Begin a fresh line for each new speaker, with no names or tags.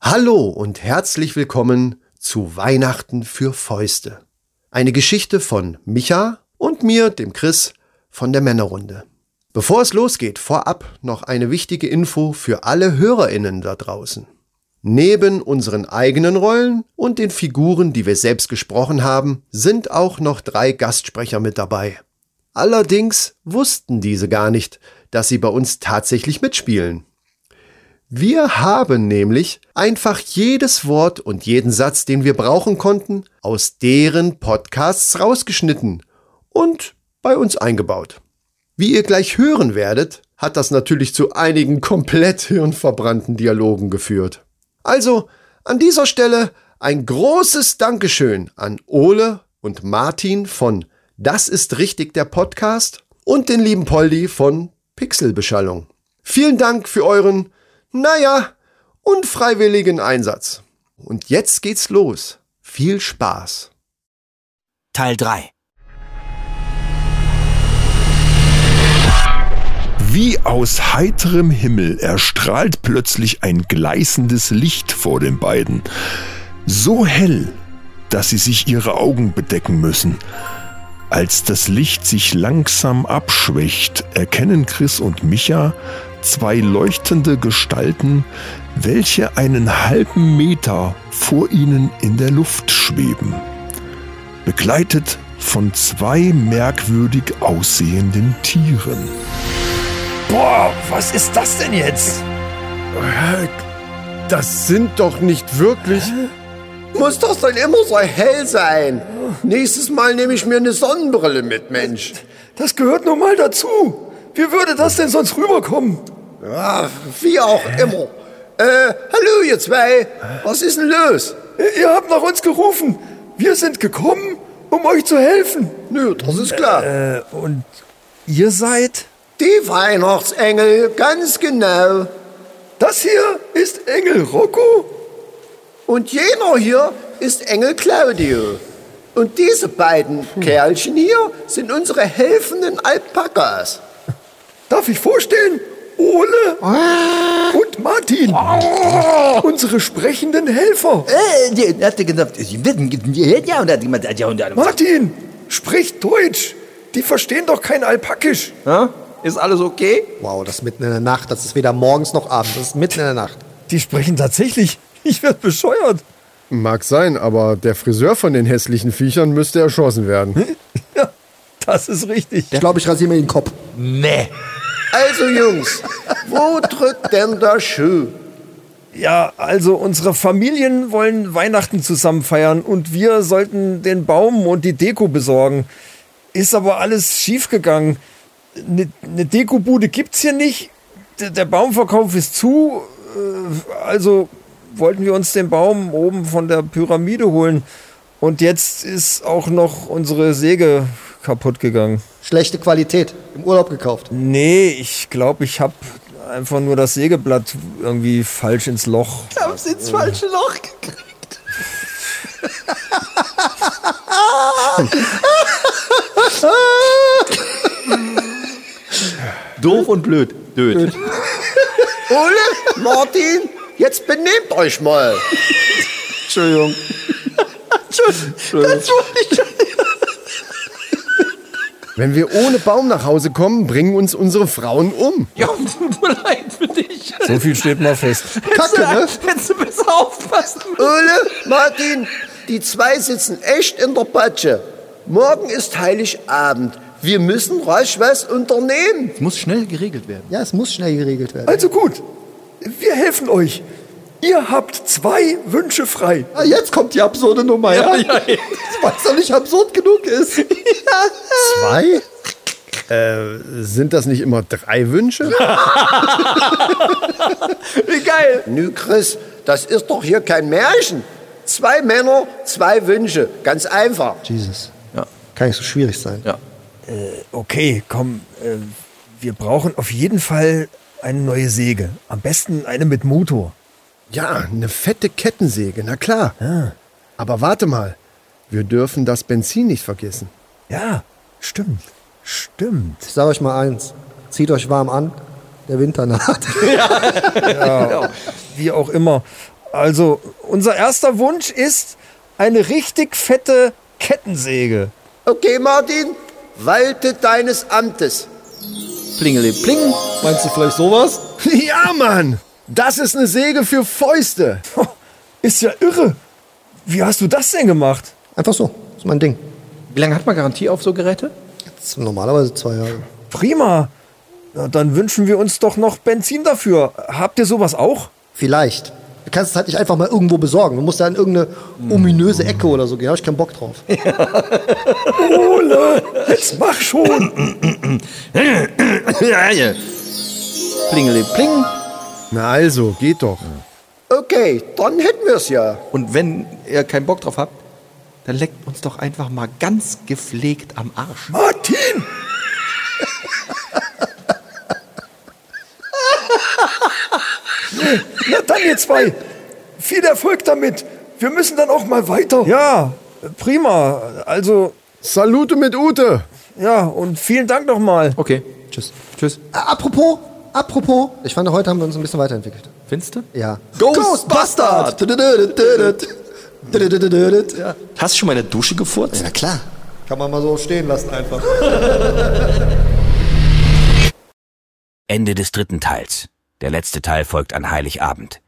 Hallo und herzlich willkommen zu Weihnachten für Fäuste. Eine Geschichte von Micha und mir, dem Chris, von der Männerrunde. Bevor es losgeht, vorab noch eine wichtige Info für alle Hörerinnen da draußen. Neben unseren eigenen Rollen und den Figuren, die wir selbst gesprochen haben, sind auch noch drei Gastsprecher mit dabei. Allerdings wussten diese gar nicht, dass sie bei uns tatsächlich mitspielen. Wir haben nämlich einfach jedes Wort und jeden Satz, den wir brauchen konnten, aus deren Podcasts rausgeschnitten und bei uns eingebaut. Wie ihr gleich hören werdet, hat das natürlich zu einigen komplett hirnverbrannten Dialogen geführt. Also, an dieser Stelle ein großes Dankeschön an Ole und Martin von Das ist richtig der Podcast und den lieben Poldi von Pixelbeschallung. Vielen Dank für euren naja, unfreiwilligen Einsatz. Und jetzt geht's los. Viel Spaß.
Teil 3.
Wie aus heiterem Himmel erstrahlt plötzlich ein gleißendes Licht vor den beiden. So hell, dass sie sich ihre Augen bedecken müssen. Als das Licht sich langsam abschwächt, erkennen Chris und Micha zwei leuchtende Gestalten, welche einen halben Meter vor ihnen in der Luft schweben. Begleitet von zwei merkwürdig aussehenden Tieren.
Boah, was ist das denn jetzt?
Das sind doch nicht wirklich. Muss das denn immer so hell sein? Nächstes Mal nehme ich mir eine Sonnenbrille mit, Mensch.
Das gehört nun mal dazu. Wie würde das denn sonst rüberkommen?
Ah, wie auch immer. Äh, hallo ihr zwei. Was ist denn los?
Ihr ihr habt nach uns gerufen. Wir sind gekommen, um euch zu helfen.
Nö, das ist klar.
Äh,
Und ihr seid?
Die Weihnachtsengel, ganz genau.
Das hier ist Engel Rocco.
Und jener hier ist Engel Claudio. Und diese beiden
Hm.
Kerlchen hier sind unsere helfenden Alpakas.
Darf ich vorstellen? Ole und Martin. Unsere sprechenden Helfer.
Äh, die hat gesagt, sie wissen, ja, und hat jemand, ja, und dann.
Martin, sprich Deutsch. Die verstehen doch kein Alpakisch.
Ist alles okay?
Wow, das ist mitten in der Nacht. Das ist weder morgens noch abends. Das ist mitten in der Nacht.
Die sprechen tatsächlich. Ich werd bescheuert.
Mag sein, aber der Friseur von den hässlichen Viechern müsste erschossen werden.
Ja, das ist richtig.
Ich glaube, ich rasiere mir den Kopf.
Nee.
Also Jungs, wo drückt denn der Schuh?
Ja, also unsere Familien wollen Weihnachten zusammen feiern und wir sollten den Baum und die Deko besorgen. Ist aber alles schiefgegangen. Eine ne Dekobude gibt's hier nicht. D der Baumverkauf ist zu. Äh, Also wollten wir uns den Baum oben von der Pyramide holen. Und jetzt ist auch noch unsere Säge kaputt gegangen.
Schlechte Qualität. Im Urlaub gekauft.
Nee, ich glaube, ich habe einfach nur das Sägeblatt irgendwie falsch ins Loch.
Ich hab's ins falsche Loch gekriegt.
Doof und blöd. Död.
Ole, Martin, jetzt benehmt euch mal.
Entschuldigung.
Wenn wir ohne Baum nach Hause kommen, bringen uns unsere Frauen um.
Ja, tut mir leid für dich.
So viel steht mal fest.
Kacke, ne? Hättest du besser aufpassen müssen.
Ole, Martin, die zwei sitzen echt in der Patsche. Morgen ist Heiligabend. Wir müssen rasch was unternehmen.
Muss schnell geregelt werden.
Ja, es muss schnell geregelt werden.
Also gut, wir helfen euch. Ihr habt zwei Wünsche frei.
Ah, jetzt kommt die absurde Nummer, ja? Ich weiß doch nicht, absurd genug ist.
Zwei? Äh, sind das nicht immer drei Wünsche?
Nü, Chris, das ist doch hier kein Märchen. Zwei Männer, zwei Wünsche. Ganz einfach.
Jesus.
Ja.
Kann nicht so schwierig sein.
Äh, Okay, komm, äh, wir brauchen auf jeden Fall eine neue Säge. Am besten eine mit Motor.
Ja, eine fette Kettensäge, na klar.
Ah.
Aber warte mal, wir dürfen das Benzin nicht vergessen.
Ja, stimmt. Stimmt.
Ich sage euch mal eins. Zieht euch warm an. Der Winter naht.
Wie auch immer. Also, unser erster Wunsch ist eine richtig fette Kettensäge.
Okay, Martin, walte deines Amtes.
Plingeli, pling.
Meinst du vielleicht sowas?
Ja, Mann! Das ist eine Säge für Fäuste.
Ist ja irre. Wie hast du das denn gemacht?
Einfach so. Ist mein Ding.
Wie lange hat man Garantie auf so Geräte?
Jetzt normalerweise zwei Jahre.
Prima. Na, dann wünschen wir uns doch noch Benzin dafür. Habt ihr sowas auch?
Vielleicht. Du kannst es halt nicht einfach mal irgendwo besorgen. Du musst da in irgendeine ominöse Ecke oder so gehen. Da hab ich keinen Bock drauf.
Ole, jetzt mach schon.
Plingeli, pling.
Na also, geht doch.
Okay, dann hätten wir es ja.
Und wenn ihr keinen Bock drauf habt, dann leckt uns doch einfach mal ganz gepflegt am Arsch.
Martin! Na dann, ihr zwei. Viel Erfolg damit. Wir müssen dann auch mal weiter. Ja, prima. Also,
Salute mit Ute.
ja, und vielen Dank nochmal.
Okay, tschüss. Tschüss.
Äh, apropos, apropos. Ich fand, heute haben wir uns ein bisschen weiterentwickelt.
Findest du?
Ja.
Ghostbustard!
Ghostbustard! Ja.
Hast du schon mal in der Dusche gefurzt?
Na klar. Kann man mal so stehen lassen einfach.
Ende des dritten Teils. Der letzte Teil folgt an Heiligabend.